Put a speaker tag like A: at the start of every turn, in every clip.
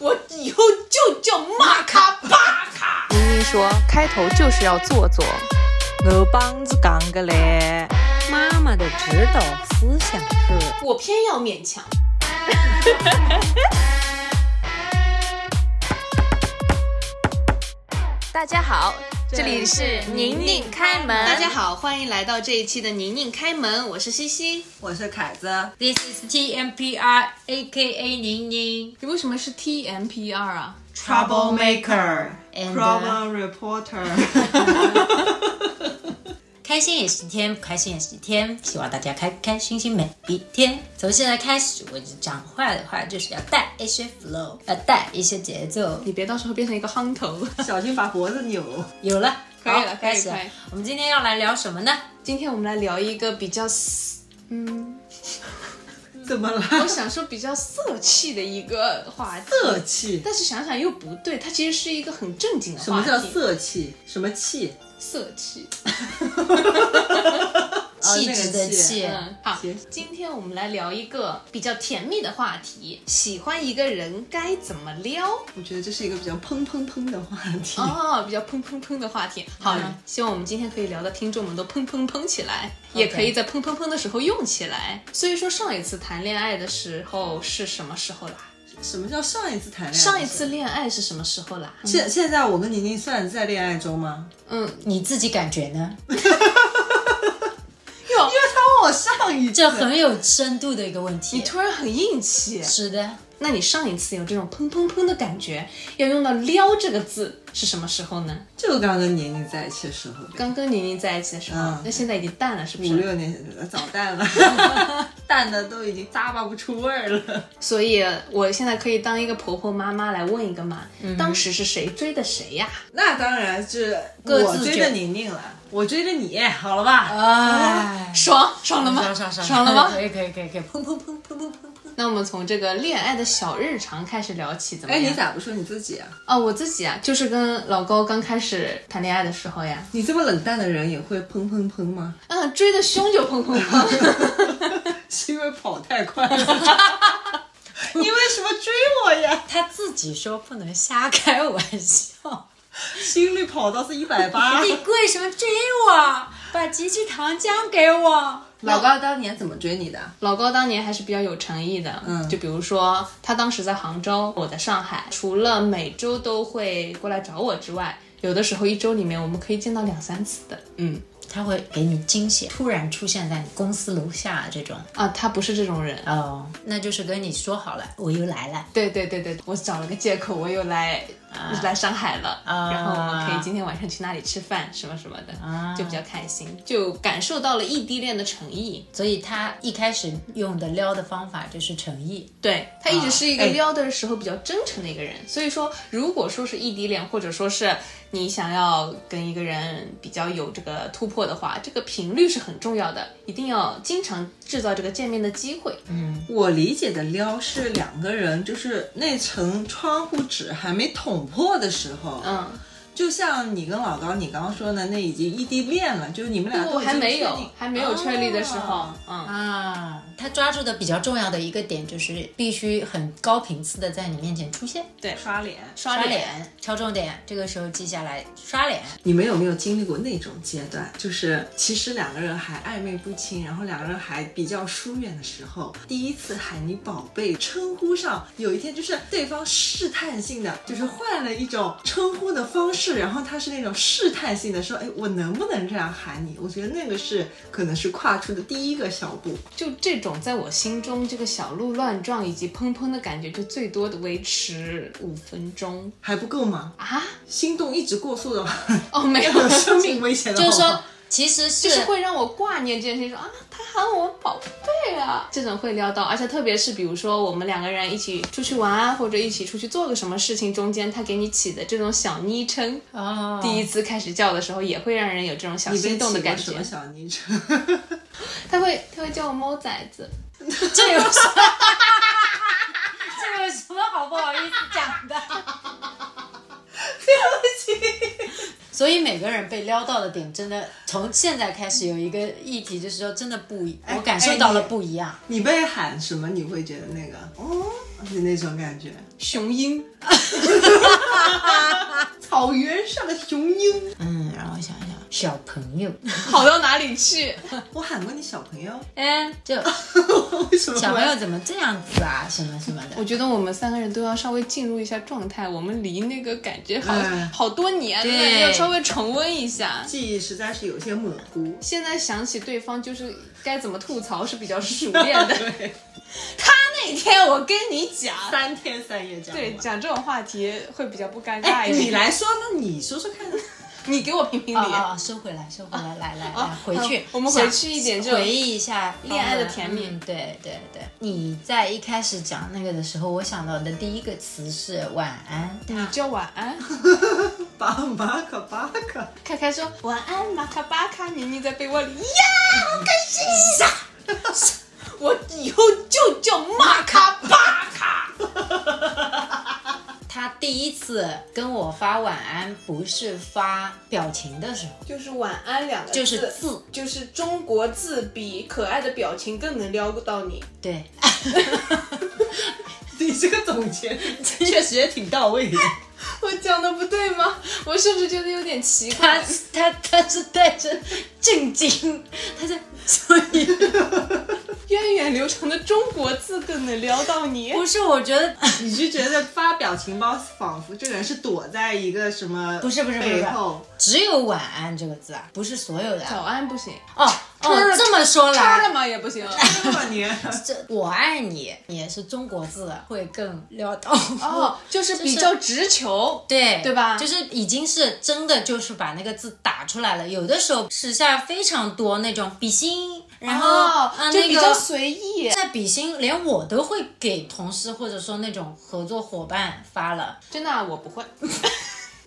A: 我以后就叫玛卡巴卡。
B: 明明说开头就是要做做，
C: 我帮子讲个嘞，妈妈的指导思想是
A: 我偏要勉强。
B: 大家好，这
A: 这
B: 里
A: 里
B: 是宁宁开门。
A: 嗯大家好，欢迎来到这一期的宁宁开门，我是西西。
D: 我是凯子，
C: This is T M P R A K A 宁宁。
A: 你为什么是 T M P R 啊？
D: Trouble maker,
C: And-
D: problem reporter。
C: 开心也是一天，不开心也是一天，希望大家开开心心每一天。从现在开始，我讲话的话就是要带一些 flow，要带一些节奏。
A: 你别到时候变成一个夯头。
D: 小心把脖子扭。
C: 有了，
A: 可以
C: 好
A: 了可以
C: 开始
A: 可以。
C: 我们今天要来聊什么呢？
A: 今天我们来聊一个比较色，
D: 怎么了？
A: 我想说比较色气的一个话题。
D: 色气？
A: 但是想想又不对，它其实是一个很正经的
D: 什
A: 话
D: 么
A: 题。
D: 叫色气？什么气？
A: 色气？哦
C: 气质的气，
A: 嗯，好
D: 行，
A: 今天我们来聊一个比较甜蜜的话题，喜欢一个人该怎么撩？
D: 我觉得这是一个比较砰砰砰的话题。
A: 哦，比较砰砰砰的话题。好，
D: 嗯
A: 希望我们今天可以聊的听众们都砰砰砰起来，也可以在砰砰砰的时候用起来。所以说上一次谈恋爱的时候是什么时候啦？
D: 什么叫上一次谈恋爱？
A: 上一次。恋爱是什么时候啦？
D: 现现在我跟宁宁算是在恋爱中吗？
A: 嗯，
C: 你自己感觉呢？
A: 哟，
D: 他问我上一
C: 这很有深度的一个问
A: 你
C: 题。
A: 突然很硬气。
C: 是的，
A: 那你上一次有这种砰砰砰的感觉，要用到“撩”这个字是什么时候呢？
D: 就刚跟宁宁在一起的时候，
A: 刚跟宁宁在一起的时候，
D: 嗯
A: 那现在已经淡了，是不
D: 五
A: 是？
D: 六年前早淡了， 淡的都已经咂巴不出味儿了。
A: 所以我现在可以当一个婆婆妈妈来问一个嘛，当时是谁追的谁呀、
D: 那当然是
C: 各
D: 我
C: 自
D: 追
C: 觉
D: 着宁宁了，我追着你，好了吧？
C: 哎，
A: 爽爽了吗？
C: 爽爽爽
A: 啊爽了吗
C: 可？以可以可以可以，砰砰砰砰砰砰砰。
A: 那我们从这个恋爱的小日常开始聊起，怎么
D: 哎，
A: 样？
D: 你咋不说你自己啊？
A: 哦，我自己啊，就是跟老高刚开始谈恋爱的时候呀，
D: 你这么冷淡的人也会砰砰砰吗？
A: 嗯，追的凶就砰砰砰。
D: 是因为跑太快 了。你为什么追我呀？
C: 他自己说不能瞎开玩笑。
D: 心率跑到是一百 八。
A: 啊
C: 你为什么追我？把几支糖浆给我。
D: 老高当年怎么追你的？
A: 老高当年还是比较有诚意的，
D: 嗯
A: 就比如说他当时在杭州，我在上海，除了每周都会过来找我之外，有的时候一周里面我们可以见到两三次的。
C: 他会给你惊喜，突然出现在你公司楼下这种。
A: 啊，他不是这种人。
C: 哦，那就是跟你说好了，我又来了。
A: 对对对对，我找了个借口，我又来、来上海了，
C: 啊
A: 然后我们可以今天晚上去那里吃饭什么什么的，
C: 啊
A: 就比较开心，就感受到了异地恋的诚意。
C: 所以他一开始用的撩的方法就是诚意。
A: 对他一直是一个
D: 哎
A: 撩的时候比较真诚的一个人，所以说，如果说是异地恋，或者说是你想要跟一个人比较有这个突破的话，这个频率是很重要的，一定要经常制造这个见面的机会。嗯
D: 我理解的撩是两个人，就是那层窗户纸还没捅破的时候，
A: 嗯，
D: 就像你跟老高，你刚刚说的，那已经异地恋了，就是你们俩
A: 我
D: 都已
A: 嗯
D: 经
A: 还没
D: 确定
A: 有还没有确立的时候，
D: 哦
A: 嗯。
C: 啊，他抓住的比较重要的一个点就是必须很高频次的在你面前出现，
D: 刷脸。
A: 刷
C: 刷脸挑重点，这个时候记下来刷脸。
D: 你们有没有经历过那种阶段？就是其实两个人还暧昧不清，然后两个人还比较疏远的时候，第一次喊你宝贝称呼上，有一天就是对方试探性的，就是换了一种称呼的方式，然后他是那种试探性的说，哎，我能不能这样喊你？我觉得那个是可能是跨出的第一个小步。
A: 就这种在我心中这个小鹿乱撞以及砰砰的感觉，就最多的维持五分钟
D: 还不够吗？
A: 啊？
D: 心动一直过速的话，
A: 哦，没有，
D: 有生命危险的
C: 就是
D: 好不
C: 说
D: 好，
C: 其实是
A: 就是会让我挂念这件事情，说啊，他喊我宝贝啊，这种会撩到，而且特别是比如说我们两个人一起出去玩啊，或者一起出去做个什么事情，中间他给你起的这种小昵称，
C: 哦，
A: 第一次开始叫的时候也会让人有这种小
D: 你被
A: 心动的
D: 起过
A: 感
D: 什
A: 觉
D: 么。小昵称？
A: 他会他会叫我猫崽子，
C: 这有什么？这有什么好不好意思讲的？对不起。所以每个人被撩到的点，真的从现在开始有一个议题，哎就是说真的不一，我感受到了不一样。
D: 你被喊什么？你会觉得那个，哦，的那种感觉，雄鹰，草原上的雄鹰。
C: 嗯，然后想一想，小朋友，
A: 好到哪里 去？
D: 我喊过你小朋友，
C: 哎，就
D: 为什么
C: 小
D: 我
C: 朋
D: 要
C: 友怎么这样子啊，什么什么 的
A: 我。觉得我们三个人都要稍微进入一下状态，我们离那个感觉好、
D: 哎
A: 好多年了，
C: 对
A: 要稍微重温一下。。
D: 记忆实在是有些模糊
A: 现在想起对方，就是该怎么吐槽是比较熟练 的。
D: 对，
A: 那天我跟你讲，
D: 三天三夜讲
A: 对，
D: 完。
A: 讲这种话题会比较不尴尬
D: 哎，
A: 一点。
D: 你，来说，那你说说看。
A: 你给我评评
C: 哦
A: 理。
C: 哦，哦收回来，收回来，来来来，哦回去
A: 好，我们
C: 想
A: 回去一点就
C: 回忆一下
A: 恋爱的甜蜜
C: 嗯对对对，你在一开始讲那个的时候，我想到的第一个词是晚安。
A: 你叫晚安，
D: 巴马卡巴卡，
A: 凯凯说晚安，马卡巴卡，宁宁在被窝里呀，好开心呀！我以后就叫马卡巴卡。
C: 他第一次跟我发晚安，不是发表情的时候，
A: 就是晚安两个字，
C: 就是字，
A: 就是中国字比可爱的表情更能撩到你。
C: 对，
D: 你这个总结确实也挺到位的。
A: 我讲的不对吗？我甚至觉得有点奇
C: 他
A: 怪。
C: 他他是带着震惊，他在所 以
A: 源远流长的中国字更能撩到你。
C: 不是我觉得
D: 你就觉得发表情包，仿佛这个人是躲在一个什么
C: 不是不是不是
D: 背后，
C: 只有晚安这个字啊，不是所有的啊
A: 早安不行，
C: 哦哦，这么说
A: 吃
C: 来
A: 了。吗也不 行。
D: 这么年
C: 这我爱你也是中国字，会更撩到我。
A: 哦，就是比较直球。
C: 对
A: 对吧
C: 就是已经是真的，就是把那个字打出来了。有的时候时下非常多那种比心，然后、
A: 哦
C: 啊
A: 就
C: 那
A: 比较
C: 个
A: 随意。
C: 在比心，连我都会给同事或者说那种合作伙伴发了，
A: 真的啊、我不会，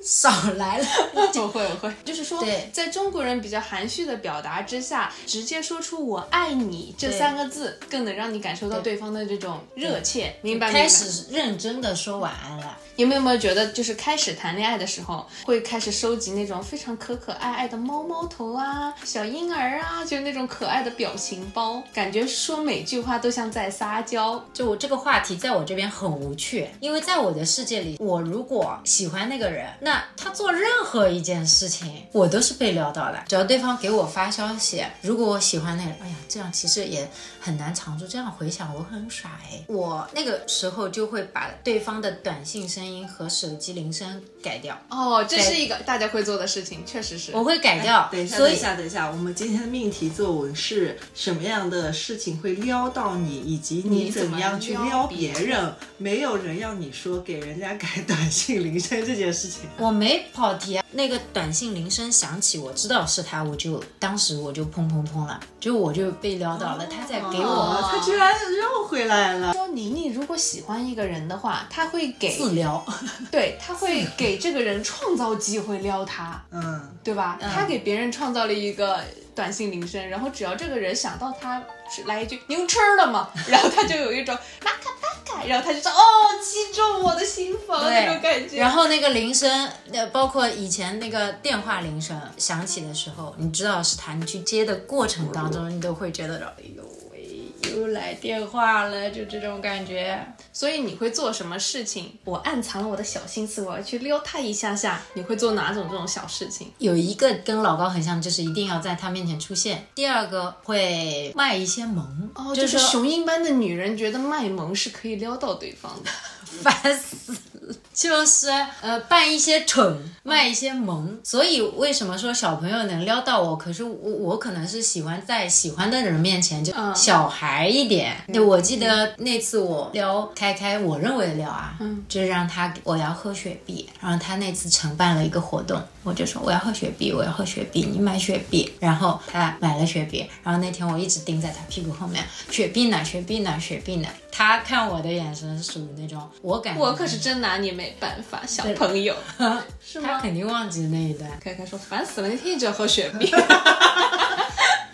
C: 少来 了。
A: 我会，我会。就是说
C: 对，
A: 在中国人比较含蓄的表达之下，直接说出“我爱你”这
C: 对
A: 三个字，更能让你感受到对方的这种热切。明白？明白
C: 开。始认真的说晚安了，
A: 你们有没有觉得，就是开始谈恋爱的时候，会开始收集那种非常可可爱爱的猫猫头啊、小婴儿啊，就是那种可爱的表情包，感觉说每句话都像在撒娇。
C: 就我这个话题在我这边很无趣，因为在我的世界里，我如果喜欢那个人，那他做任何一件事情，我都是被撩到的。只要对方给我发消息，如果我喜欢那个人，哎呀，这样其实也很难藏住。这样回想，我很傻哎。我那个时候就会把对方的短信声音和手机铃声改掉，
A: 哦，这是一个大家会做的事情，确实是。
C: 我会改掉。
D: 等一下，
C: 所
D: 等
C: 以
D: 一下，等一下，我们今天的命题作文是什么样的事情会撩到你，以及
A: 你
D: 你
A: 怎
D: 怎
A: 么
D: 么样去
A: 撩
D: 撩别人？没有人要你说给人家改短信铃声这件事情。
C: 我没跑题啊，那个短信铃声响起，我知道是他，我就当时我就砰砰砰了，就我就被撩
A: 哦
C: 到了，他在给我
D: 哦，他居然绕回来了。
A: 说宁宁如果喜欢一个人的话，他会给，
C: 自 撩，
A: 对他会给这个人创造机会撩他，
D: 嗯，
A: 对吧？他给别人创造了一个短信铃声，然后只要这个人想到他是来一句“您吃了吗”，然后他就有一种马卡巴 卡，然后他就说“哦，击中我的心房”那哦种感觉。
C: 然后那个铃声，呃，包括以前那个电话铃声响起的时候，你知道是他，你去接的过程当中，你都会觉得，哎呦喂，又来电话了，就这种感觉。
A: 所以你会做什么事情？我暗藏了我的小心思，我要去撩他一下下。你会做哪种这种小事情？
C: 有一个跟老高很像，就是一定要在他面前出现。第二个会卖一些萌，
A: 哦，
C: 就
A: 就是是
C: 说
A: 雄鹰般的女人觉得卖萌是可以撩到对方的。
C: 烦死了，就是呃扮一些蠢，卖一些萌。所以为什么说小朋友能撩到我？可是我我可能是喜欢在喜欢的人面前就
A: 嗯
C: 小孩一点。对，我记得那次我撩开开，我认为的撩啊，
A: 嗯
C: 就是让他我要喝雪碧，然后他那次承办了一个活动，我就说我要喝雪碧，我要喝雪碧，你买雪碧。然后他买了雪碧，然后那天我一直盯在他屁股后面，雪碧呢，雪碧呢，雪碧呢。他看我的眼神是属于那种，我感觉
A: 我可是真拿你没办法，小朋友。是
C: 他
A: 吗？
C: 肯定忘记那一段。
A: 凯凯说烦死了，那天一直要喝雪碧。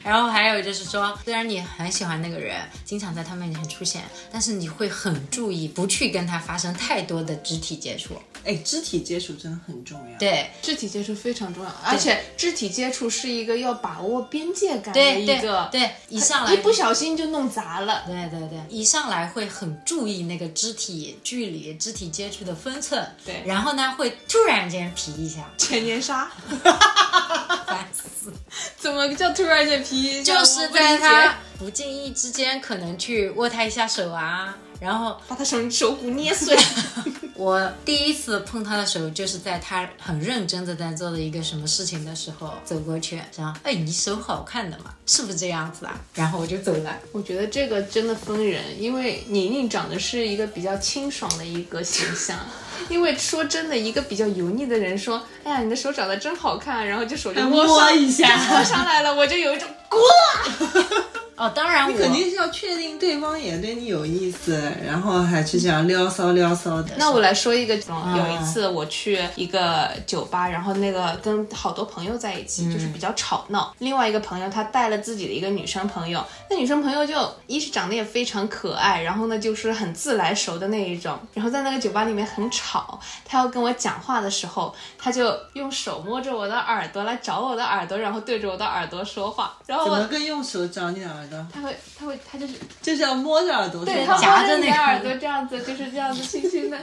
C: 然后还有就是说，虽然你很喜欢那个人，经常在他面前出现，但是你会很注意不去跟他发生太多的肢体接触。
D: 哎，肢体接触真的很重要。，
C: 对，
A: 肢体接触非常重要，而且肢体接触是一个要把握边界感的
C: 对
A: 一
C: 对
A: 个，
C: 对，一上来
A: 一不小心就弄砸了。
C: 对对对，一上来会很注意那个肢体距离、肢体接触的分寸，
A: 对
C: 然后呢会突然间皮一下，
A: 全年杀
C: 烦 死！
A: 怎么叫突然间皮？
C: 就是
A: 我不理
C: 在
A: 解
C: 他不经意之间，可能去握他一下手啊。然后
A: 把他手手骨捏碎。
C: 我第一次碰他的手，就是在他很认真的在做的一个什么事情的时候走过去，然后哎，你手好看的嘛，是不是这样子啊？然后我就走了。
A: 我觉得这个真的分人，因为宁宁长得是一个比较清爽的一个形象。因为说真的，一个比较油腻的人说：“哎呀，你的手长得真好看。”然后就手就摸上
D: 摸一下
A: 就摸上来了，我就有一种滚。
C: 哦，当然我
D: 肯定是要确定对方也对你有意思，然后还去这样撩骚撩骚的。
A: 那我来说一个，有一次我去一个酒吧，然后那个跟好多朋友在一起，就是比较吵闹。另外一个朋友他带了自己的一个女生朋友，那女生朋友就一是长得也非常可爱，然后呢就是很自来熟的那一种，然后在那个酒吧里面很吵。他要跟我讲话的时候，他就用手摸着我的耳朵来找我的耳朵，然后对着我的耳朵说话，然后
D: 怎么
A: 我。
D: 个用手找你耳朵？
A: 他会，他会，他就是
D: 就是要摸着耳朵
A: 对
D: 说
A: 他
C: 夹
D: 话。
A: 摸
C: 着
A: 着你
C: 那个
A: 的耳朵这样子，就是这样子轻轻的，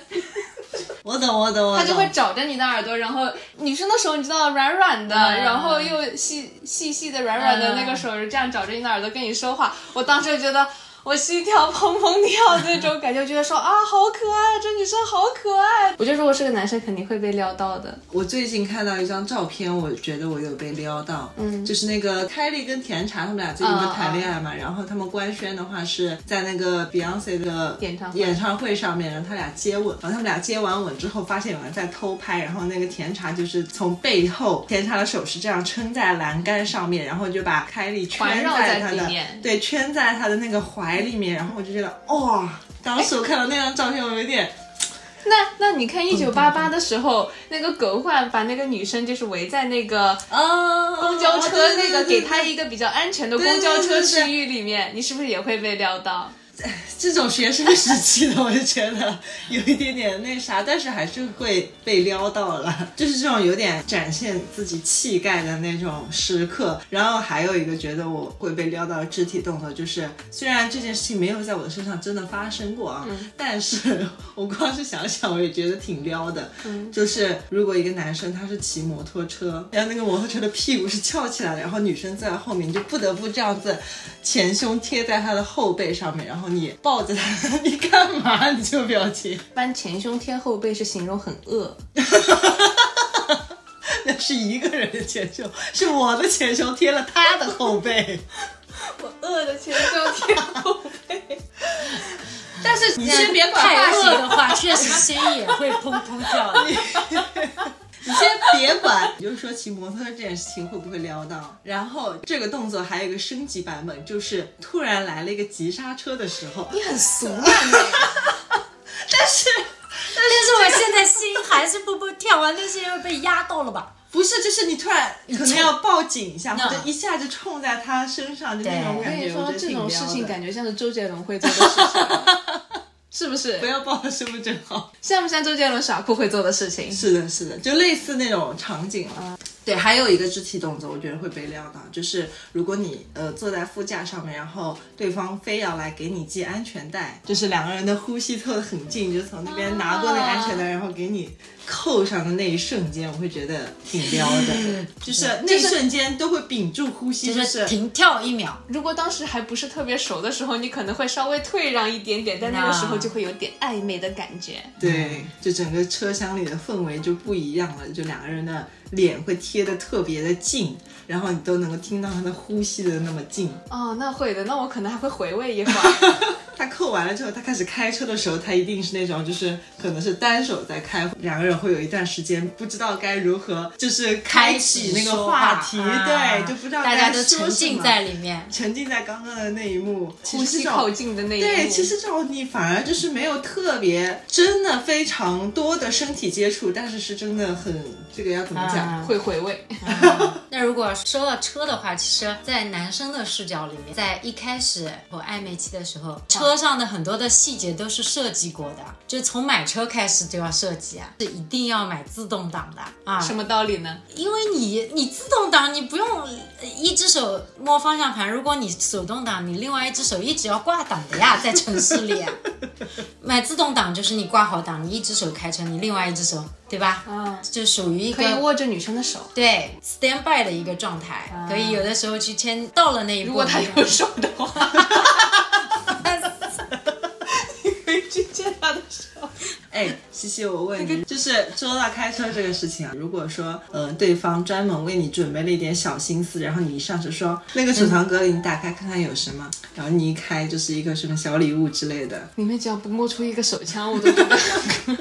D: 我懂，我懂，我懂。
A: 他就会找着你的耳朵，然后女生的手你知道软软的，然后又细细细的软软的那个手这样找着你的耳朵跟你说话，我当时就觉得。我心跳砰砰跳那种感觉，我觉得说啊，好可爱，这女生好可爱。我觉得如果是个男生，肯定会被撩到的。
D: 我最近看到一张照片，我觉得我有被撩到，嗯，啊就是那个凯莉跟甜茶他们俩最近不是谈恋爱嘛，然后他们官宣的话是在那个 Beyonce 的
A: 演唱会
D: 演唱会上面，然后他俩接吻，然后他们俩接完吻之后，发现有人在偷拍，然后那个甜茶就是从背后，甜茶的手是这样撑在栏杆上面，然后就把凯莉圈
A: 环绕
D: 在
A: 在
D: 他
A: 地
D: 的
A: 面
D: 对圈在他的那个怀里面，然后我就觉得哇、当时我看到那张照片，我有点。
A: 那那你看一九八八的时候，那个狗焕把那个女生就是围在那个
D: 啊，
A: 公交车那个，给她
D: 他
A: 一个比较安全的公
D: 对对
A: 交车
D: 对对
A: 区域里面，你是不是也会被撩到？
D: 这种学生时期的，我就觉得有一点点那啥，但是还是会被撩到了， 就是这种有点展现自己气概的那种时刻。然后还有一个觉得我会被撩到的肢体动作，就是虽然这件事情没有在我的身上真的发生过啊，但是我光是想想我也觉得挺撩的。就是如果一个男生他是骑摩托车，然后那个摩托车的屁股是翘起来的，然后女生在后面，你就不得不这样子前胸贴在他的后背上面，然后你抱着他， 你干嘛？你这个表情，
A: 翻前胸贴后背是形容很饿。
D: 那是一个人的前胸，是我的前胸贴了他的后背。
A: 饿的前胸贴后背。但是
D: 你先别管
C: 太
D: 话题
C: 饿的话，确实心也会砰砰跳 的。
D: 你先别管，你就说骑摩托车这件事情会不会撩到？然后这个动作还有一个升级版本，就是突然来了一个急刹车的时候，
A: 你很俗啊你！
D: 但是
C: 但是我现在心还是蹦蹦跳啊，那是因为被压到了吧？
D: 不是，就是你突然可能要报警一下，
C: 那
D: 或者一下就冲在他身上，就那种
C: 对
A: 我
D: 感
A: 跟
D: 觉。
A: 你说，
D: 我觉得
A: 这
D: 挺
A: 种
D: 撩
A: 事情
D: 的
A: 感觉像是周杰伦会做的事情， 是不
D: 不
A: 是？
D: 要报身份证号。
A: 像不像周杰伦耍酷会做的事情？
D: 是的，是的，就类似那种场景啊。对，还有一个肢体动作，我觉得会被撩到，就是如果你呃坐在副驾上面，然后对方非要来给你系安全带，就是两个人的呼吸凑得很近，就从那边拿过那个安全带，然后给你扣上的那一瞬间，我会觉得挺撩的，嗯就是那一瞬间都会屏住呼吸，就
C: 就是是停跳一秒，
A: 如果当时还不是特别熟的时候，你可能会稍微退让一点点，但那个时候就会有点暧昧的感觉。
D: 对，就整个车厢里的氛围就不一样了，就两个人的脸会贴得特别的近，然后你都能够听到他的呼吸的那么近。
A: 哦，那会的，那我可能还会回味一会儿。
D: 他扣完了之后，他开始开车的时候，他一定是那种就是可能是单手在开，两个人会有一段时间不知道该如何就是开启那个话题，
C: 啊
D: 对，就不知道
C: 大家
D: 该
C: 都
D: 说
C: 沉
D: 什
C: 浸
D: 么
C: 在里面。
D: 沉浸在刚刚的那一幕，
A: 呼吸靠近的那一幕。
D: 对，其实这种你反而就是没有特别真的非常多的身体接触，但是是真的很这个要怎么讲？
C: 啊
A: 会回味。
C: 那如果说到车的话，其实，在男生的视角里面，在一开始我暧昧期的时候，车上的很多的细节都是设计过的，就从买车开始就要设计啊，是一定要买自动挡的啊，
A: 什么道理呢？
C: 因为你你自动挡，你不用呃一只手摸方向盘，如果你手动挡，你另外一只手一直要挂档的呀，在城市里，啊 买自动挡就是你挂好档，你一只手开车，你另外一只手，对吧？
A: 啊，
C: 就属于一
A: 可以
C: 个
A: 握着女生的手，
C: 对 stand by 的一个状态，可以有的时候去牵到了那一
A: 啊
C: 步，
A: 如果她
C: 你
A: 有手的话，你可以去牵她的手。
D: 哎，西西，我问你，就是说到开车这个事情啊，如果说呃对方专门为你准备了一点小心思，然后你一上车说那个储藏格里你打开看看有什么，然后你一开就是一个什么小礼物之类的
A: 你们只要不摸出一个手枪，我都觉得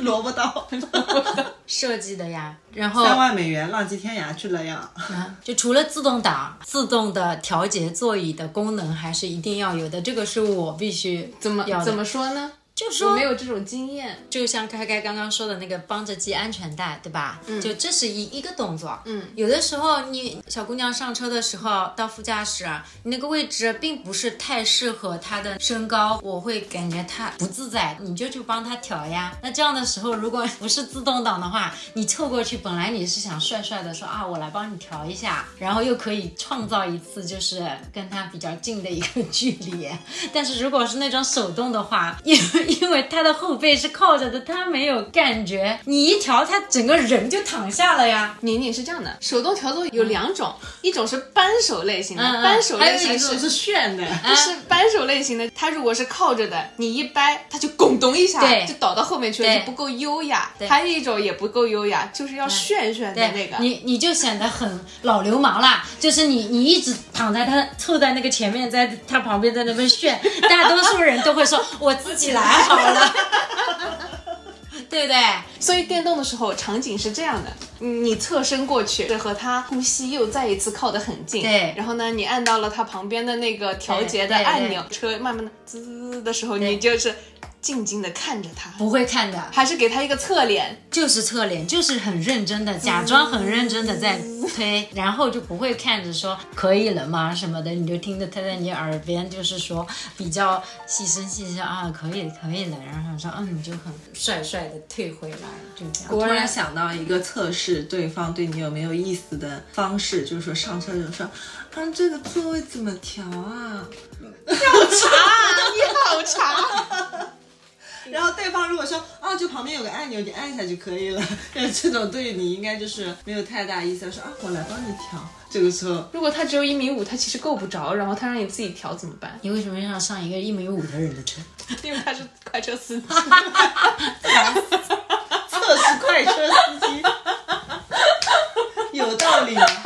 D: 萝卜刀，
C: 设计的呀，然后
D: 三万美元浪迹天涯去了呀。
C: 啊，就除了自动挡、自动的调节座椅的功能，还是一定要有的，这个是我必须
A: 怎么
C: 要的
A: 怎么说呢？
C: 就
A: 我
C: 说
A: 没有这种经验，
C: 就像开开刚刚说的那个帮着系安全带，对吧？嗯，就这是一一个动作。嗯，有的时候你小姑娘上车的时候到副驾驶啊，你那个位置并不是太适合她的身高，我会感觉她不自在，你就去帮她调呀。那这样的时候，如果不是自动挡的话，你凑过去，本来你是想帅帅的说啊，我来帮你调一下，然后又可以创造一次就是跟她比较近的一个距离。但是如果是那种手动的话，因为因为他的后背是靠着的，他没有感觉，你一调，他整个人就躺下了呀。
A: 宁宁是这样的，手动调座有两 种，一种是扳手类型的，
C: 嗯嗯
A: 扳手类
D: 还有
A: 型
D: 一种是炫的，
C: 嗯
A: 就是扳手类型的，它如果是靠着的，你一掰，它就拱咚一下，
C: 对
A: 就倒到后面去了，
C: 对
A: 就不够优雅
C: 对。
A: 还有一种也不够优雅，就是要炫炫的
C: 对，
A: 那个。
C: 你你就显得很老流氓啦，就是你你一直躺在他凑在那个前面，在他旁边在那边炫，大多数人都会 说我自己来好了， 对不对？
A: 所以电动的时候场景是这样的，你你侧身过去，是和它呼吸又再一次靠得很近。
C: 对
A: 然后呢，你按到了它旁边的那个调节的
C: 对对
A: 按钮，车慢慢的滋的时候，你就是静静的看着它，
C: 不会看的，
A: 还是给它一个侧脸，
C: 就是侧脸，就是很认真的，假装很认真的在推，然后就不会看着说可以了吗什么的，你就听着他在你耳边就是说比较细声细声啊，可以可以了，然后说嗯，你就很帅帅的退回来，就这样。
D: 我突然想到一个测试对方对你有没有意思的方式，就是说上车就说，啊，这个座位怎么调
A: 啊
D: 啊？
A: 好长。
D: 然后对方如果说，啊，就旁边有个按钮，你按一下就可以了。 就是这种对你应该就是没有太大意思，说啊，我来帮你调。这个时候，
A: 如果它只有一米五，它其实够不着，然后它让你自己调怎么办？
C: 你为什么要上一个一米五的人的车？
A: 因为他是快车司 机。
D: 测试快车司机，有道理吗？啊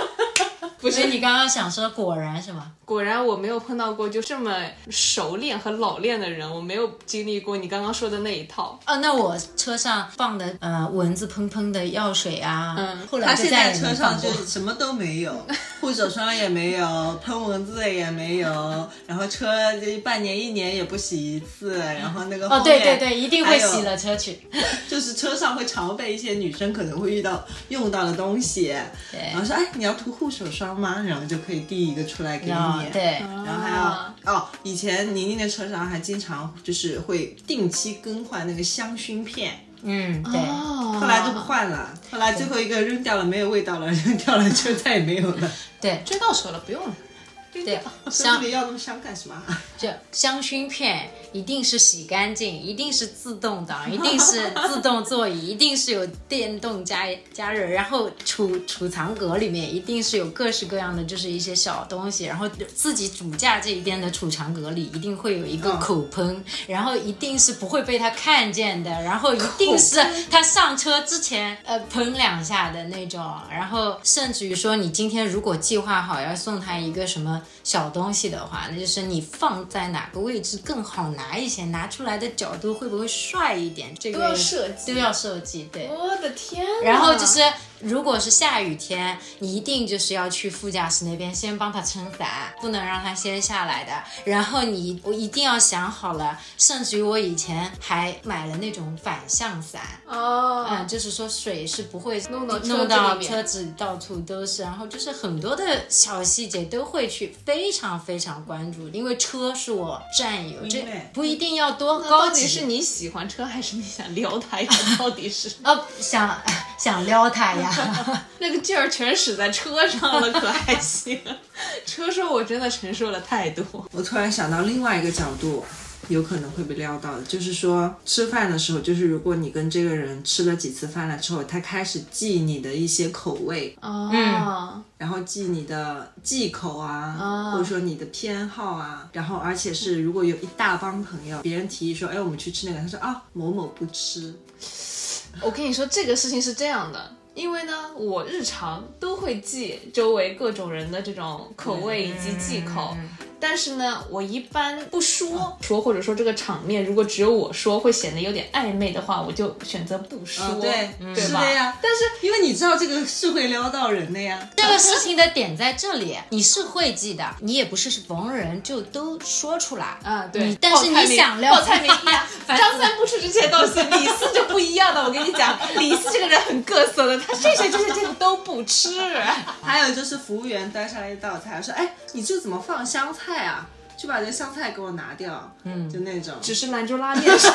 C: 不是你刚刚想说果然是吗？
A: 果然我没有碰到过就这么熟练和老练的人，我没有经历过你刚刚说的那一套。
C: 哦，那我车上放的呃蚊子喷喷的药水啊，
A: 嗯
C: 后来
D: 他
C: 就
D: 现
C: 再
D: 在
C: 也没
D: 车
C: 放
D: 上
C: 过
D: 就是什么都没有，护手霜也没有，喷蚊子的也没有，然后车这半年一年也不洗一次，然后那个
C: 哦，
D: 后
C: 对
D: 面
C: 对对，一定会洗了车去。
D: 就是车上会常备一些女生可能会遇到用到的东西，
C: 对
D: 然后说哎，你要涂护手霜吗？然后就可以递一个出来给你。
C: 然后啊哦对，
D: 然后还有哦，以前宁宁的车上还经常就是会定期更换那个香薰片，
C: 嗯对。
D: 后来就不换了，后来最后一个扔掉了，没 有味道了，扔掉了就再也没有了。
C: 对
A: 追到手了，不用了。
C: 对，
D: 手
C: 香
D: 里要那么香干什么？
C: 就香薰片一定是洗干净，一定是自动 挡，一定是自动座椅，一定是有电动加加热，然后储储藏格里面一定是有各式各样的，就是一些小东西，然后自己主驾这一边的储藏格里一定会有一个
D: 嗯
C: 口喷，然后一定是不会被他看见的，然后一定是他上车之前呃喷两下的那种，然后甚至于说你今天如果计划好要送他一个什么么小东西的话，那就是你放在哪个位置更好拿一些，拿出来的角度会不会帅一点，这个
A: 都要设计哦
C: 都要设计，对。
A: 我的天呐！
C: 然后就是，如果是下雨天，你一定就是要去副驾驶那边先帮他撑伞，不能让他先下来的。然后你我一定要想好了，甚至于我以前还买了那种反向伞。
A: 哦，
C: 嗯，就是说水是不会
A: 弄到车
C: 弄
A: 子
C: 到
A: 里面
C: 车子到处都是，然后就是很多的小细节都会去非常非常关注，因为车是我占有，这
D: 明白
C: 不一定要多
A: 那
C: 高
A: 到
C: 级，
A: 底是你喜欢车，还是你想撩他呀？到底是
C: 哦想想撩他呀。
A: 那个劲儿全使在车上了，可还行？ 车说我真的承受了太多。
D: 我突然想到另外一个角度，有可能会被撩到的，就是说吃饭的时候，就是如果你跟这个人吃了几次饭了之后，他开始记你的一些口味，
A: 哦，
D: 然后记你的忌口啊，
A: 啊
D: 或者说你的偏好啊，然后而且是如果有一大帮朋友，别人提议说，哎，我们去吃那个，他说啊，某某不吃，
A: 我跟你说，这个事情是这样的，因为呢，我日常都会记周围各种人的这种口味以及忌口，但是呢，我一般不说说，或者说这个场面如果只有我说，会显得有点暧昧的话，我就选择不说，
D: 啊对，
A: 嗯对
D: 是
A: 吧？
D: 的呀。
A: 但是
D: 因为你知道这个是会撩到人的呀，
C: 这个事情的点在这里，你是会记的，你也不是逢人就都说出来。
A: 啊，对
C: 你，但是你想撩
A: 报菜 名一样，
C: 烦死了
A: 张三不吃这些东西，李四就不一样的。我跟你讲，李四这个人很各色的，他这些这些这些都不 吃。
D: 还有就是服务员端上来一道菜，说：“哎，你这怎么放香菜啊？去把这香菜给我拿掉。”嗯，就那种。
A: 只是兰州拉面是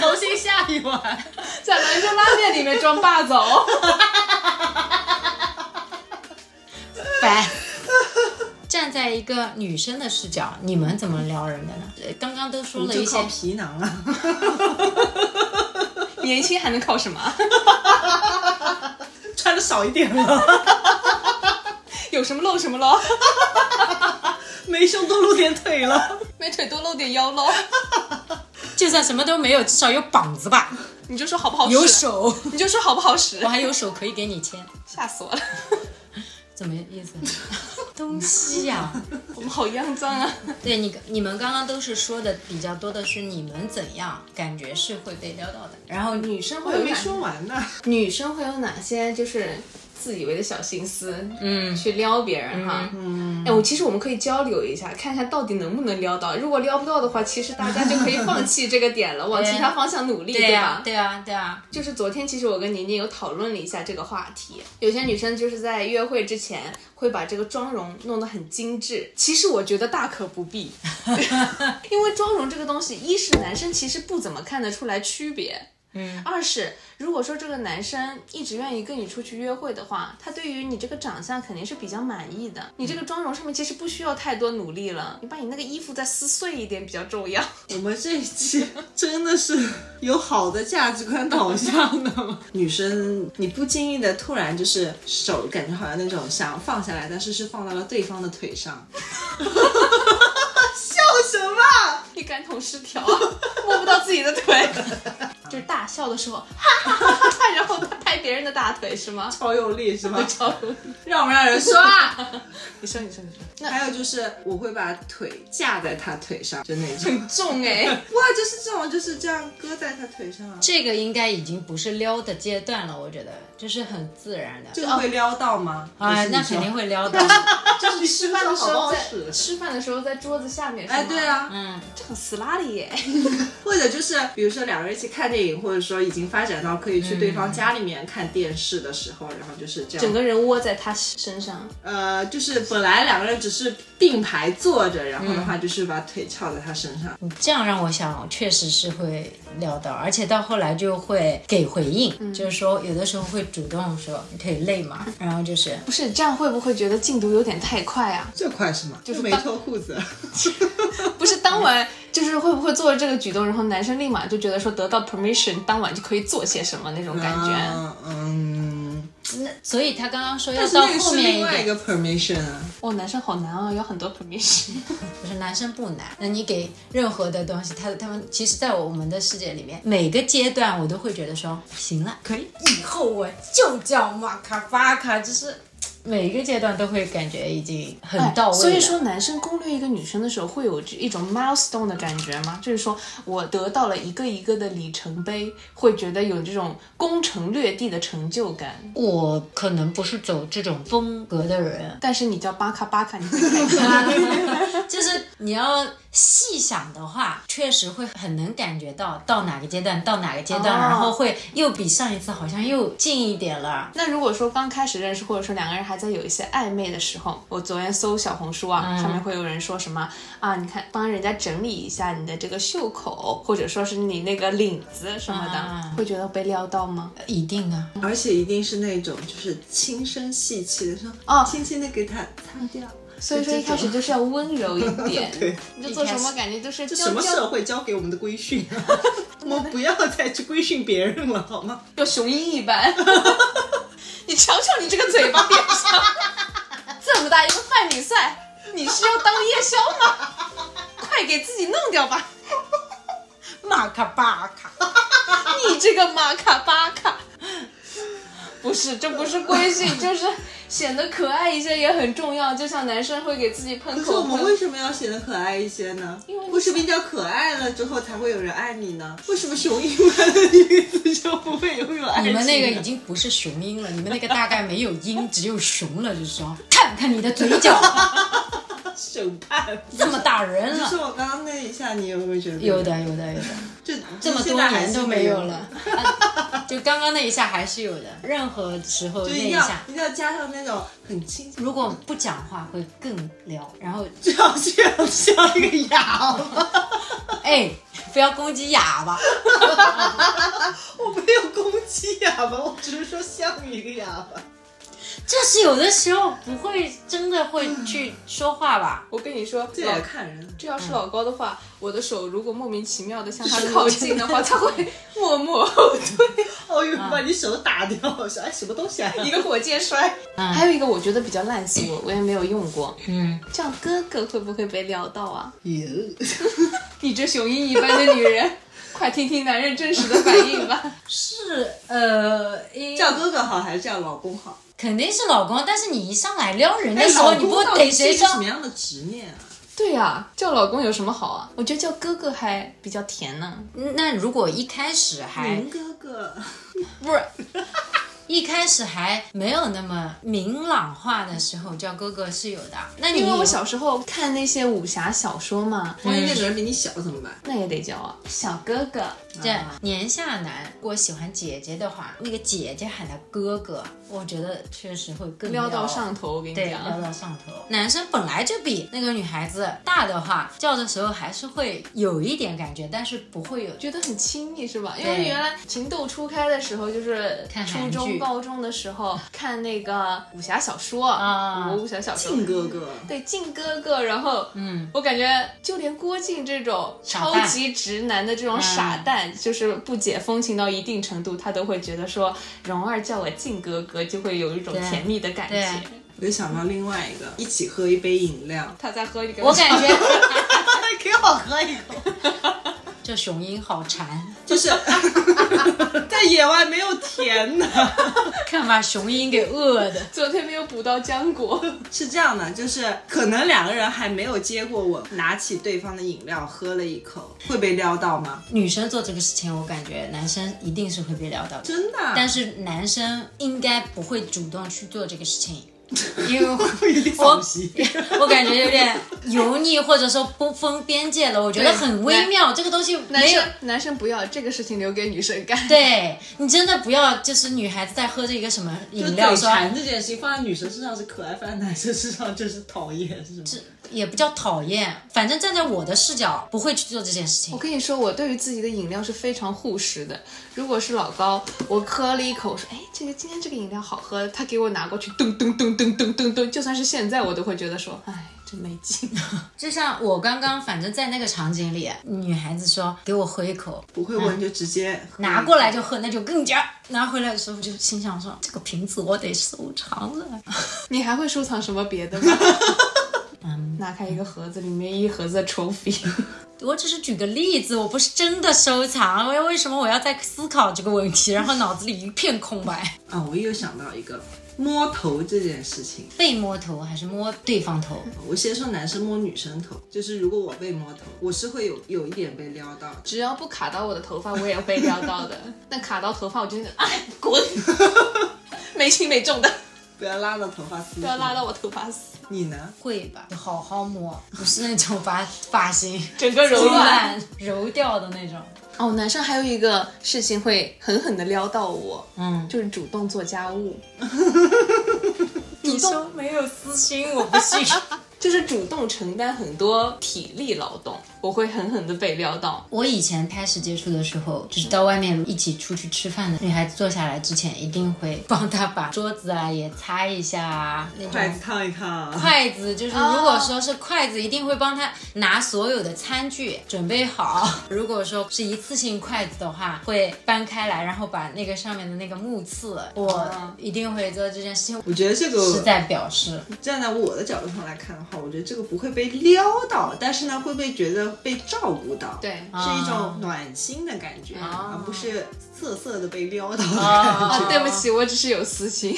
C: 重新 下一碗，
A: 在兰州拉面里面装霸总，
C: 烦。站在一个女生的视角，你们怎么撩人的呢？呃刚刚都说
D: 我
C: 了
D: 就
C: 一
D: 靠
C: 些，
D: 皮囊啊，
A: 年轻还能靠什么？啊
D: 穿的少一点了，
A: 有什么露什么 喽，
D: 没胸多露点腿了。
A: 没腿多露点腰喽。
C: 就算什么都没有，至少有膀子吧，
A: 你就说好不好使？
C: 有，手，
A: 你就说好不好使
C: 我？还有手可以给你牵，
A: 吓死我了，
C: 怎么意 思？东西呀、
A: 我们好肮脏啊！
C: 对你，你们刚刚都是说的比较多的是你们怎样感觉是会被撩到的，然后女生
D: 我还没说完呢。
A: 女生会有哪些就是自以为的小心思？
C: 嗯，
A: 去撩别人哈，嗯，哎，我其实我们可以交流一下，看一下到底能不能撩到。如果撩不到的话，其实大家就可以放弃这个点了，往其他方向努力，
C: 对呀、
A: 吧？
C: 对呀、对呀、啊
A: 就是昨天，其实我跟宁宁有讨论了一下这个话题。有些女生就是在约会之前会把这个妆容弄得很精致，其实我觉得大可不必，因为妆容这个东西，一是男生其实不怎么看得出来区别。嗯，二是如果说这个男生一直愿意跟你出去约会的话，他对于你这个长相肯定是比较满意的。你这个妆容上面其实不需要太多努力了，你把你那个衣服再撕碎一点比较重要。
D: 我们这一期真的是有好的价值观导向的吗？ 女生，你不经意的突然就是手感觉好像那种想放下来，但是是放到了对方的腿上， 笑什么？
A: 一感统失调，摸不到自己的腿， 就是大笑的时候，哈哈哈哈，然后他拍别人的大腿是吗？哦
D: 超用力是吧？
A: 超
D: 让不让人说啊？
A: 你说你说你说，
D: 还有就是我会把腿架在他腿上，就那种。
A: 很重哎、
D: 哇，就是这种，就是这样搁在他腿上啊，
C: 这个应该已经不是撩的阶段了，我觉得就是很自然的。
D: 就是会撩到吗？
C: 啊，
D: 就是你
C: 那
D: 说
C: 肯定。会 撩的。
D: 就是 你吃饭的 时
A: 好不
D: 候
A: 好
D: 在
A: 使？吃饭的时候在桌子下面是吗？
D: 哎，对，啊，
C: 嗯，
A: 这很死拉里耶。
D: 或者就是比如说两个人一起看电影，或者说已经发展到可以去对方家里面看电视的时候，然后就是这样，
A: 整个人窝在他身上，
D: 呃，就是本来两个人只是并排坐着，然后的话就是把腿翘在他身上，
C: 你这样让我想，确实是会撩到，而且到后来就会给回应，
D: 嗯
C: 就是说有的时候会主动说你腿累吗？然后就是
A: 不是这样会不会觉得进度有点太快啊？
D: 这快是吗？就是没脱裤 子，
A: 不是当晚就是会不会做这个举动，然后男生立马就觉得说得到 permission，当晚就可以做些什么那种感觉？
D: 嗯嗯，
C: 所以他刚刚说要
D: 但是
C: 到
D: 那个
C: 后
D: 是
C: 面
D: 另
C: 一
D: 外一
C: 点，
D: 个 permission 啊，
A: 哦，男生好难啊，有很多 permission。
C: 不是男生不难，那你给任何的东西，他他们其实，在我们的世界里面，每个阶段我都会觉得说行了，可以，以后我就叫马卡巴卡，就是每一个阶段都会感觉已经很
A: 哎
C: 到位了、
A: 所以说，男生攻略一个女生的时候，会有一种 milestone 的感觉吗？就是说我得到了一个一个的里程碑，会觉得有这种攻城略地的成就感。
C: 我可能不是走这种风格的人，
A: 但是你叫巴卡巴卡，你会开心。
C: 就是你要细想的话，确实会很能感觉到到哪个阶段到哪个阶段，
A: 哦
C: 然后会又比上一次好像又近一点了。
A: 那如果说刚开始认识，或者说两个人还在有一些暧昧的时候，我昨天搜小红书
C: 嗯
A: 啊，上面会有人说什么啊，你看帮人家整理一下你的这个袖口，或者说是你那个领子什么的，
C: 啊
A: 会觉得被撩到吗？
C: 一定啊，
D: 而且一定是那种就是轻声细气的说，
A: 哦
D: 轻轻的给它擦掉。，
A: 所以说一开始就是要温柔一 点
D: 对
A: 你就做什么感觉就是
D: 这
A: 娇
D: 什么
A: 娇
D: 社会教给我们的规训 啊？我们不要再去规训别人了，好吗？
A: 有雄鹰一般。 你瞧瞧你这个嘴巴变相，这么大一个范比赛，你是要当夜宵吗？ 快给自己弄掉吧！
C: 马卡巴卡，
A: 你这个玛卡巴卡，不是，这不是规训，就是显得可爱一些也很重要。就像男生会给自己
D: 可
A: 喷
D: 是
A: 口
D: 我们
A: 红
D: 为，什么要显得可爱一些呢？
A: 因为你
D: 为什么一定要可爱了之后才会有人爱你呢？为什么雄鹰般的女子就不会拥有爱情呢？啊
C: 你们那个已经不是雄鹰了，你们那个大概没有鹰，只有熊了，就是说，看看你的嘴角，
D: 审判。
C: 这么大人
D: 就是
C: 了。
D: 我刚刚那一下，你有没有觉得
C: 有的，有的，有的。
D: 这
C: 这么多年都没有了，啊 就刚刚那一下还是有的，任何时候
D: 就
C: 那
D: 一定
C: 一
D: 要
C: 下，
D: 一定要加上那种很清楚，
C: 如果不讲话会更撩。然后，
D: 就要像 像一个哑巴，
C: 哎，不要攻击哑巴，
D: 我没有攻击哑巴，我只是说像一个哑巴。
C: 这是有的时候不会真的会去说话 吧？
A: 我跟你说，
D: 这
A: 老
D: 也看人，
A: 这要是老高的话，我的手如果莫名其妙的向他靠近的话，他会默默后退，
D: 哦
C: 啊
D: 呦，把你手打掉，我说哎什么东西啊？
A: 一个火箭摔。还有一个我觉得比较烂死我，我也没有用过，
C: 嗯，
A: 叫哥哥会不会被撩到啊？
D: 有，
A: 你这雄鹰一般的女人，快听听男人真实的反应吧。
C: 是呃，诶
D: 叫哥哥好还是叫老公好？
C: 肯定是老公，但是你一上来撩人
D: 哎
C: 的时候，
D: 老
C: 你
D: 公
C: 不
D: 到底
C: 逮
D: 是一
C: 谁
D: 个
C: 上
D: 什么样的执念啊？
A: 对呀、叫老公有什么好啊？我觉得叫哥哥还比较甜呢、
C: 嗯那如果一开始还
A: 嗯
D: 林哥哥，
C: 不是，一开始还没有那么明朗化的时候，叫哥哥是有的。那你
A: 因为我小时候看那些武侠小说嘛，
D: 万一那个人比你小怎么办？
A: 那也得叫啊，小哥哥。
C: 这年下男，如果喜欢姐姐的话，那个姐姐喊他哥哥，我觉得确实会更
A: 撩到上。头，我跟你
C: 对，撩
A: 讲，
C: 到上头。男生本来就比那个女孩子大的话，叫的时候还是会有一点感觉，但是不会有
A: 觉得很亲密是吧？因
C: 对
A: 为原来情窦初开的时候，就是
C: 看
A: 初
C: 韩剧
A: 中、高中的时候看那个武侠小说
C: 啊
A: 我武侠小说。
D: 靖哥哥，
A: 对靖哥哥，然后
C: 嗯，
A: 我感觉就连郭靖这种
C: 傻
A: 超
C: 蛋嗯
A: 级直男的这种傻蛋，就是不解风情到一定程度，他都会觉得说蓉儿叫我靖哥哥，就会有一种
C: 对
A: 甜蜜的感
C: 对
A: 觉。
D: 我就想到另外一个，一起喝一杯饮 料，
A: 他在喝一个，
C: 我感觉
D: 给我喝一口。
C: 这雄鹰好馋，
D: 就是在野外没有甜的。
C: 看把雄鹰给饿的。
A: 昨天没有补到浆果，
D: 是这样的，就是可能两个人还没有接过吻，拿起对方的饮料喝了一口，会被撩到吗？
C: 女生做这个事情，我感觉男生一定是会被撩到的。
D: 真的啊？
C: 但是男生应该不会主动去做这个事情，因为我
D: 会有点
C: 我
D: 扫兴。
C: 我感觉有点油腻，或者说不分边界了。我觉得
A: 对
C: 很微
A: 男
C: 妙，这个东西
A: 男
C: 没有
A: 生。男生不要这个事情留给女生干。
C: 对你真的不要，就是女孩子在喝着一个什么
D: 就
C: 饮料
D: 嘴
C: 说，
D: 馋这件事情放在女生身上是可爱，放在男生身上就是讨厌，是吗？
C: 也不叫讨厌，反正站在我的视角不会去做这件事
A: 我
C: 情。
A: 跟你说，我对于自己的饮料是非常护食的。如果是老高，我喝了一口，我说：“哎，这个今天这个饮料好喝。”他给我拿过去，咚咚咚咚咚咚咚，就算是现在，我都会觉得说：“哎，真没劲。
C: 就像我刚刚，反正在那个场景里，女孩子说给我喝一口，
A: 嗯
D: 不会闻就直接喝
C: 嗯拿过来就喝，那就更加。拿回来的时候就心想说，这个瓶子我得收藏了。”
A: 你还会收藏什么别的 吗？嗯拿开一个盒子，里面一盒子的 trophy。
C: 我只是举个例子，我不是真的收藏，为为什么我要在思考这个问题，然后脑子里一片空白？
D: 啊！我又想到一个，摸头这件事情。
C: 被摸头还是摸对方头？
D: 我先说男生摸女生头，就是如果我被摸头，我是会有有一点被撩到的。
A: 只要不卡到我的头发，我也会撩到的。但卡到头发，我就觉得哎滚， 没轻没重的，
D: 不要拉到头发丝，
A: 不要拉到我头发丝，
D: 你呢？
C: 会吧，就好好摸，不是那种把发型
A: 整个柔
C: 柔
A: 软。
C: 软揉掉的那种。
A: 哦，男生还有一个事情会狠狠的撩到我，
C: 嗯，
A: 就是主动做家务，
C: 你说没有私心，我不信。
A: 就是主动承担很多体力劳动，我会狠狠的被撩到。
C: 我以前开始接触的时候，就是到外面一起出去吃饭的女孩子坐下来之前，一定会帮她把桌子啊也擦一下啊，那
D: 筷
C: 种
D: 子烫一啊烫，
C: 筷子就是，如果说是筷子，一定会帮她拿所有的餐具准备好。 如果说是一次性筷子的话，会搬开来，然后把那个上面的那个木刺，
D: 哦
C: 我一定会做这件事情。
D: 我觉得这
C: 是
D: 个
C: 在表示，
D: 站在我的角度上来看的话，我觉得这个不会被撩到，但是呢，会被觉得被照顾到，
A: 对
D: 是一种暖心的感觉，而不是涩涩的被撩到的
C: 啊
D: 感
A: 啊
D: 觉。，
A: 对不起，我只是有私心。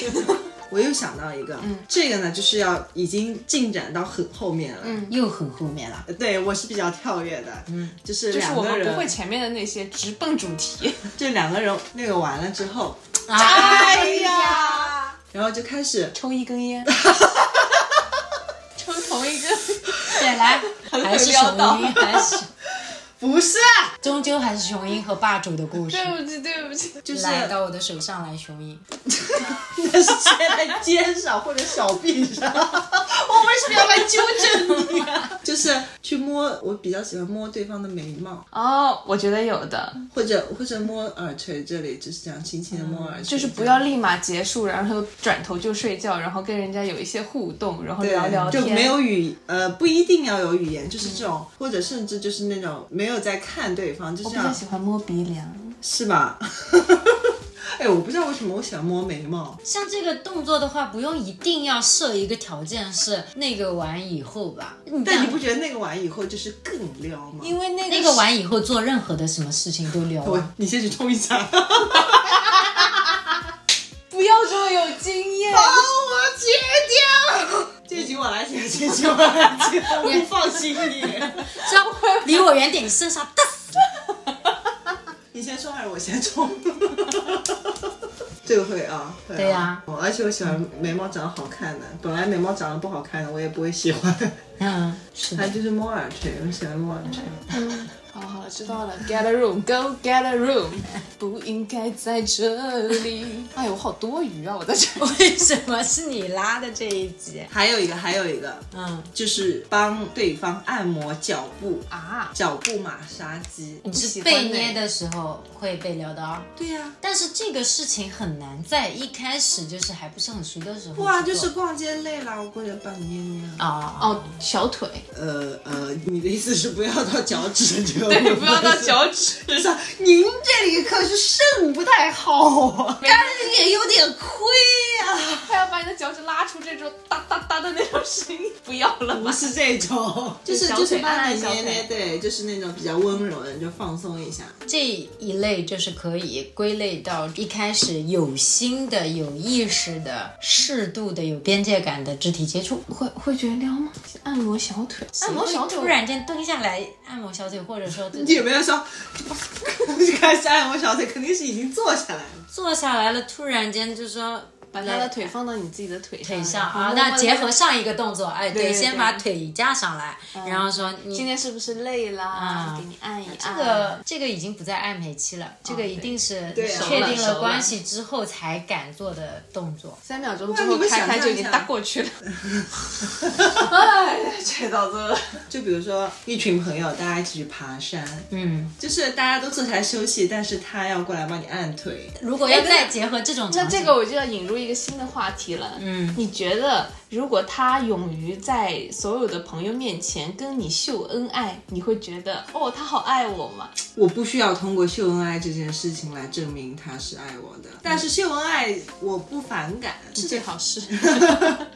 D: 我又想到一个，
C: 嗯
D: 这个呢，就是要已经进展到很后面了。
A: 嗯
C: 又很后 面了。
D: 对，我是比较跳跃的，嗯，就是
A: 就是
D: 两
A: 我
D: 个
A: 们
D: 人，
A: 不会前面的那些，直奔主题。
D: 就两个人那个完了之 后，
C: 哎
A: 呀，
D: 然后就开始
A: 抽一根 烟，抽同一根，
C: 对，来，还是雄鹰，还是
D: 不是，
C: 终究还是雄鹰和霸主的故事。
A: 对不起，对不起，
D: 就是
C: 来到我的手上来，雄鹰。
D: 但是接在肩上或者小臂上， 我为什么要来纠正你啊？ 就是去摸，我比较喜欢摸对方的眉毛，
A: 哦，我觉得有的，
D: 或者或者摸耳垂这里，就是这样轻轻的摸耳垂，
A: 嗯就是不要立马结束，然后转头就睡觉，然后跟人家有一些互动，然后
D: 对
A: 聊聊天，嗯
D: 就没有语呃不一定要有语言，就是这种，或者甚至就是那种没有在看对方，就
A: 我比
D: 这样
A: 较喜欢摸鼻梁，
D: 是吧？ 哎，我不知道为什么我喜欢摸眉毛，
C: 像这个动作的话，不用一定要设一个条件是那个完以后吧。
D: 但你不觉得那个完以后就是更撩吗？
A: 因为那个
C: 那个完以后做任何的什么事情都聊
D: 我
C: 啊。
D: 你先去冲一下。
A: 不要这么有经验，
D: 帮我解掉。这局我来解，这局我来解，我不放心你。
C: 这样离我远点，你身上打死。
D: 你先冲还是我先冲？这个会啊，会
C: 对呀
D: 我而且我喜欢眉毛长得好看的，本来眉毛长得不好看的我也不会喜欢。
C: 嗯，是
D: 还有
C: 的。
D: 就是摸耳垂，我喜欢摸耳垂。
A: 好了好了，知道了，get a room，go get a room，不 应该在这里。哎呦，我好多余啊，我在这里。
C: 为什么是你拉的这一集？
D: 还有一个，还有一个，
C: 嗯，
D: 就是帮对方按摩脚部，
A: 啊，
D: 脚部马杀鸡。
C: 你是
A: 喜欢
C: 被
A: 那
C: 捏的时候会被聊到。
D: 对呀、
C: 但是这个事情很难在一开始就是还不是很熟的时候
D: 哇，
C: 去
D: 就
C: 做
D: 是逛街累了，我过来帮你捏捏。
C: 啊
A: 哦，小腿，
D: 呃呃，你的意思是不要到脚 趾就
A: 对，不要到脚趾。
D: 趾上。您这里可是肾不太好啊，肝也有点亏啊呀、
A: 他要把你的脚趾拉出这种哒哒哒的那种声音， 不要了吧
D: 不？是这种，就是
A: 小腿
D: 就是帮你
A: 按按
D: 捏捏，
A: 小腿
D: 对，就是那种比较温柔的，你就放松一下。
C: 这一类就是可以归类到一开始有心的、有意识的、适度的、有边界感的肢体接触。
A: 会会觉得撩吗？按摩小腿，按摩小腿，
C: 突然间蹲下来按摩小腿，或者说
D: 你有没有说，就开始按摩小腿，肯定是已经坐下来了。
C: 坐下来了，突然间就说
A: 把他的腿放到你自己的腿上，
C: 腿上
A: 然
C: 啊
A: 后，
C: 那
A: 摸
C: 结
A: 摸
C: 合上一个动作，哎，
A: 对对
C: 先把腿架上来，然后说你
A: 今天是不是累啦？
C: 啊
A: 给你按一按。
C: 这个这个已经不在暧昧期了，这个一定是
D: 对啊
C: 确
A: 熟了
C: 定
A: 熟
C: 了
A: 了
C: 关系之后才敢做的动作。
A: 三秒钟
D: 哇
A: 之
D: 你
A: 后
D: 们
A: 开
D: 想
A: 开
D: 象
A: 就
D: 一
A: 已经
D: 下
A: 搭过去了。哎，这到这了。
D: 就比如说一群朋友，大家一起去爬山，
C: 嗯，
D: 就是大家都坐下来休息，但是他要过来帮你按腿。
C: 如果要再结合这种
A: 那
C: 场景，
A: 这个我就要引入一个新的话题了。
C: 嗯
A: 你觉得如果他勇于在所有的朋友面前跟你秀恩爱，你会觉得哦，他好爱我吗？
D: 我不需要通过秀恩爱这件事情来证明他是爱我的，但是秀恩爱我不反感，
A: 是
D: 是
A: 最好是。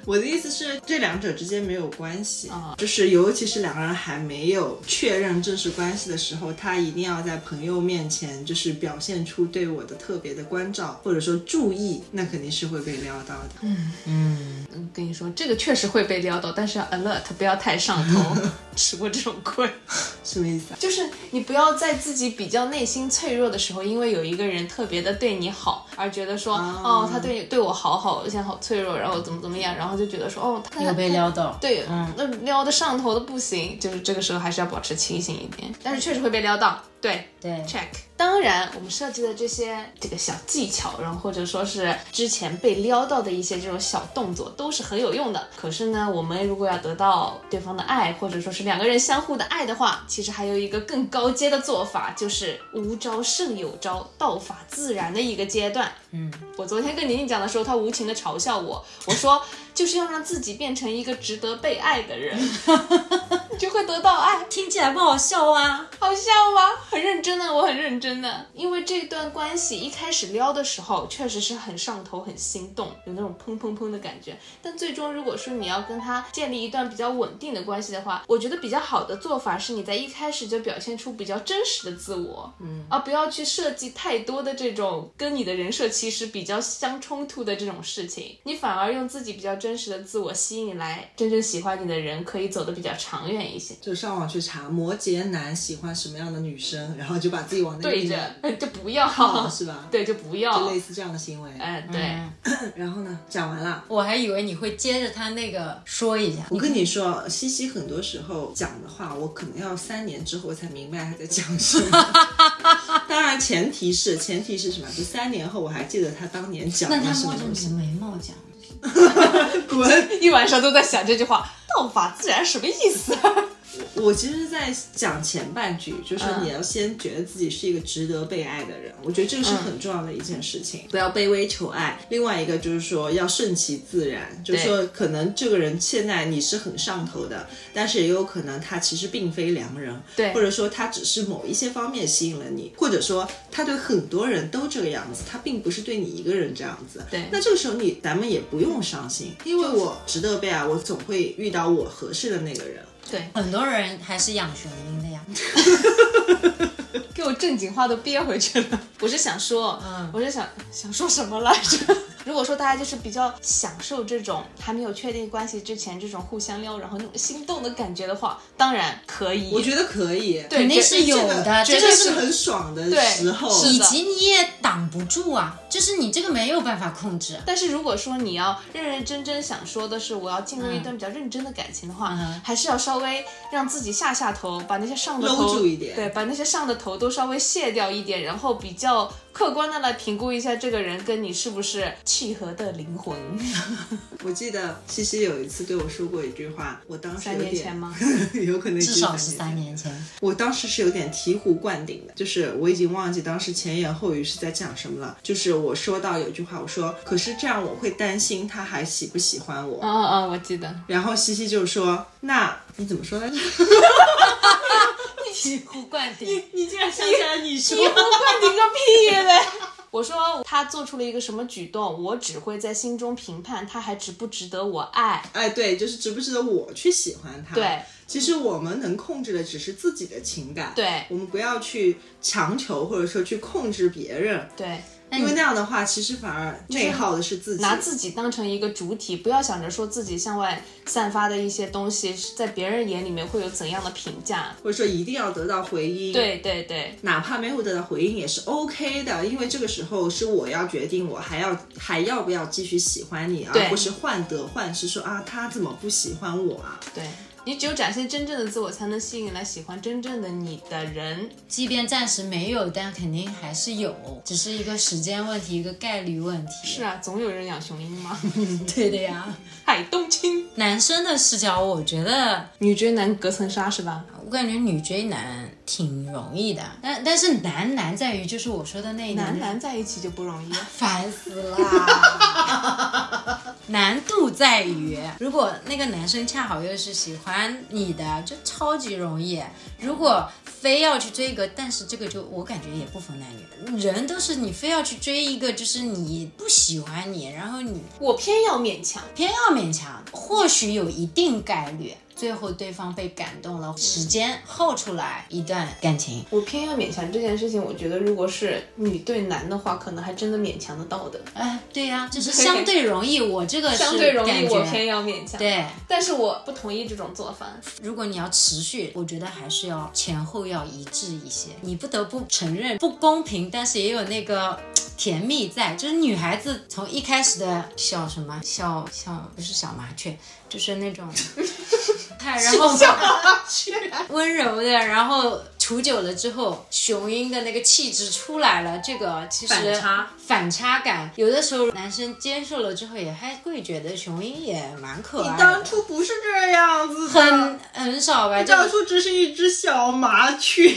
D: 我的意思是这两者之间没有关系，
A: 啊
D: 就是尤其是两个人还没有确认正式关系的时候，他一定要在朋友面前就是表现出对我的特别的关照或者说注意，那肯定是会被撩到的。
A: 嗯跟你说，这个确实会被撩到，但是要 alert，不要太上 头。吃过这种亏，
D: 什么意思啊？
A: 就是你不要在自己比较内心脆弱的时候，因为有一个人特别的对你好，而觉得说，哦，他对对我好好，我现在好脆弱，然后怎么怎么样，然后就觉得说，哦，他
C: 有被撩到，
A: 对，那撩的上头的不行，就是这个时候还是要保持清醒一点，但是确实会被撩到，对
C: 对，
A: ，check。当然，我们设计的这些这个小技巧，然后或者说是之前被撩到的一些这种小动作，都是很有用的。可是呢，我们如果要得到对方的爱，或者说是两个人相互的爱的话，其实还有一个更高阶的做法，就是无招胜有招，道法自然的一个阶段。我昨天跟宁宁讲的时候，她无情的嘲笑我，我说就是要让自己变成一个值得被爱的人，就会得到爱。
C: 听起来不好笑啊。
A: 好笑吗？很认真的，我很认真的，因为这段关系一开始撩的时候，确实是很上头、很心动，有那种砰砰砰的感觉。但最终，如果说你要跟他建立一段比较稳定的关系的话，我觉得比较好的做法是你在一开始就表现出比较真实的自我，嗯，而不要去设计太多的这种跟你的人设其实比较相冲突的这种事情，你反而用自己比较真实的自我吸引来真正喜欢你的人，可以走得比较长远一些。
D: 就上网去查摩羯男喜欢什么样的女生，然后就把自己往那个
A: 对
D: 地
A: 着
D: 方
A: 就不要，
D: 靠是吧？，
A: 对，就不要
D: 就。类似这样的行为。
A: 嗯，对，
D: 然后呢，讲完了。
C: 我还以为你会接着他那个说一下，
D: 我跟你说，西西很多时候讲的话，我可能要三年之后才明白他在讲 什么。当然，前提是前提是什么？就三年后我还记得他当年讲
C: 那
D: 的
C: 他
D: 什
C: 摸
D: 么
C: 着
D: 东
C: 你的
D: 西。
C: 眉毛讲，
D: 滚！
A: 一晚上都在想这句话“道法自然”什么意思？
D: 我其实，在讲前半句，就是
A: 嗯
D: 你要先觉得自己是一个值得被爱的人，我觉得这个是很重要的一件事情，不要卑微求爱。另外一个就是说，要顺其自然，就是说，可能这个人现在你是很上头的，但是也有可能他其实并非良人，
A: 对
D: 或者说他只是某一些方面吸引了你，或者说他对很多人都这个样子，他并不是对你一个人这样子。
A: 对
D: 那这个时候你咱们也不用伤心，因为我值得被爱，我总会遇到我合适的那个人。
A: 对，
C: 很多人还是养雄鹰的呀。
A: 给我正经话都憋回去了。我是想说，
C: 嗯
A: 我是想想说什么来着？ 如果说大家就是比较享受这种还没有确定关系之前这种互相撩，然后那种心动的感觉的话，当然可以。
D: 我觉得可以，
A: 对
C: 肯定是有的，
D: 这个这
C: 这个
D: 个
C: 是
D: 是很爽的
A: 对
D: 时候，
A: 是
C: 以
A: 的
C: 及你也挡不住啊，就是你这个没有办法控制。啊
A: 但是如果说你要认认真真想说的是我要进入一段比较认真的感情的话，
C: 嗯
A: 还是要稍微让自己下下头，把那些上的
D: 搂
A: 头
D: 住一点
A: 对，把那些上的头都稍微卸掉一点，然后比较客观的来评估一下这个人跟你是不是契合的灵 魂。
D: 我记得西西有一次对我说过一句话，我当时有
A: 三年
D: 点
A: 前吗？
D: 有可能已经
C: 至少是
D: 前
C: 三年前，
D: 我当时是有点醍醐灌顶的，就是我已经忘记当时前言后语是在讲什么了。就是我说到有句话，我说可是这样我会担心他还喜不喜欢我。
A: 嗯嗯嗯，我记得。
D: 然后西西就说：“那你怎么说来着？
C: 醍醐灌顶。
D: 你竟然想起来你说
A: 醍醐灌顶个屁嘞！ 我说他做出了一个什么举动，我只会在心中评判他还值不值得我爱。
D: 哎，对，就是值不值得我去喜欢他？
A: 对，
D: 其实我们能控制的只是自己的情感，
A: 对
D: 我们不要去强求或者说去控制别人，
A: 对，
D: 因为那样的话，其实反而内耗的是自己。
A: 嗯拿自己当成一个主体，不要想着说自己向外散发的一些东西是在别人眼里面会有怎样的评价。
D: 或者说一定要得到回应，，
A: 对对对
D: 哪怕没有得到回应也是 OK 的，因为这个时候是我要决定我还要还要不要继续喜欢你，
A: 对
D: 而不是患得患失说啊他怎么不喜欢我 啊？
A: 对，你只有展现真正的自我，才能吸引来喜欢真正的你的人。
C: 即便暂时没有，但肯定还是有，只是一个时间问题，一个概率问题。
A: 是啊，总有人养雄鹰嘛。
C: 对的呀。
A: 海东青，
C: 男生的视角，我觉得
A: 女追男隔层纱是吧？
C: 我感觉女追男挺容易的，但但是男难在于就是我说的那一点
A: 男男在一起就不容易。
C: 烦死啦！ 难度在于，如果那个男生恰好又是喜欢你的，就超级容易；如果非要去追一个，但是这个就我感觉也不分男女，人都是你非要去追一个，就是你不喜欢你，然后你
A: 我偏要勉强，
C: 偏要勉强，或许有一定概率。最后对方被感动了，时间耗出来一段感情。
A: 我偏要勉强这件事情，我觉得如果是女对男的话，可能还真的勉强得到的。
C: 哎，对呀、 就是相对容易，我这个是
A: 相对容易，
C: 感觉
A: 我偏要勉强。，
C: 对。
A: 但是我不同意这种做法。
C: 如果你要持续，我觉得还是要前后要一致一些。你不得不承认不公平，但是也有那个。甜蜜在，就是女孩子从一开始的小什么小小不是小麻雀，就是 那种， 哎，然后温柔的，然后处久了之后，雄鹰的那个气质出来了。这个其实
D: 反差
C: 反差感，有的时候男生接受了之后，也还会觉得雄鹰也蛮可
D: 你
C: 爱的。
D: 当初不是这样子的，
C: 很很少吧，
D: 你
C: 就
D: 当初只是一只小麻 雀。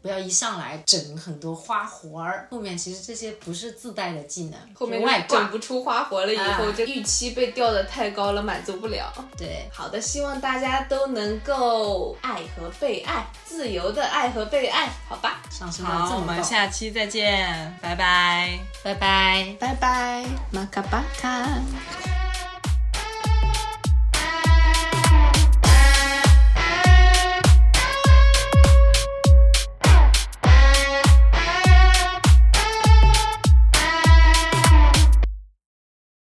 C: 不要一上来整很多花活儿，后面其实这些不是自带的技能，
A: 后面
C: 是外
A: 整
C: 挂。
A: 不出花活了，以后
C: 啊
A: 这预期被吊得太高了，满足不了。
C: 对，
A: 好的，希望大家都能够爱和被爱，自由的爱和被爱，好吧？
C: 上升到
E: 好，
C: 这
E: 我
C: 么
E: 们
C: 高，
E: 下期再见，拜拜。
C: 拜拜。
A: 拜拜，马卡巴卡。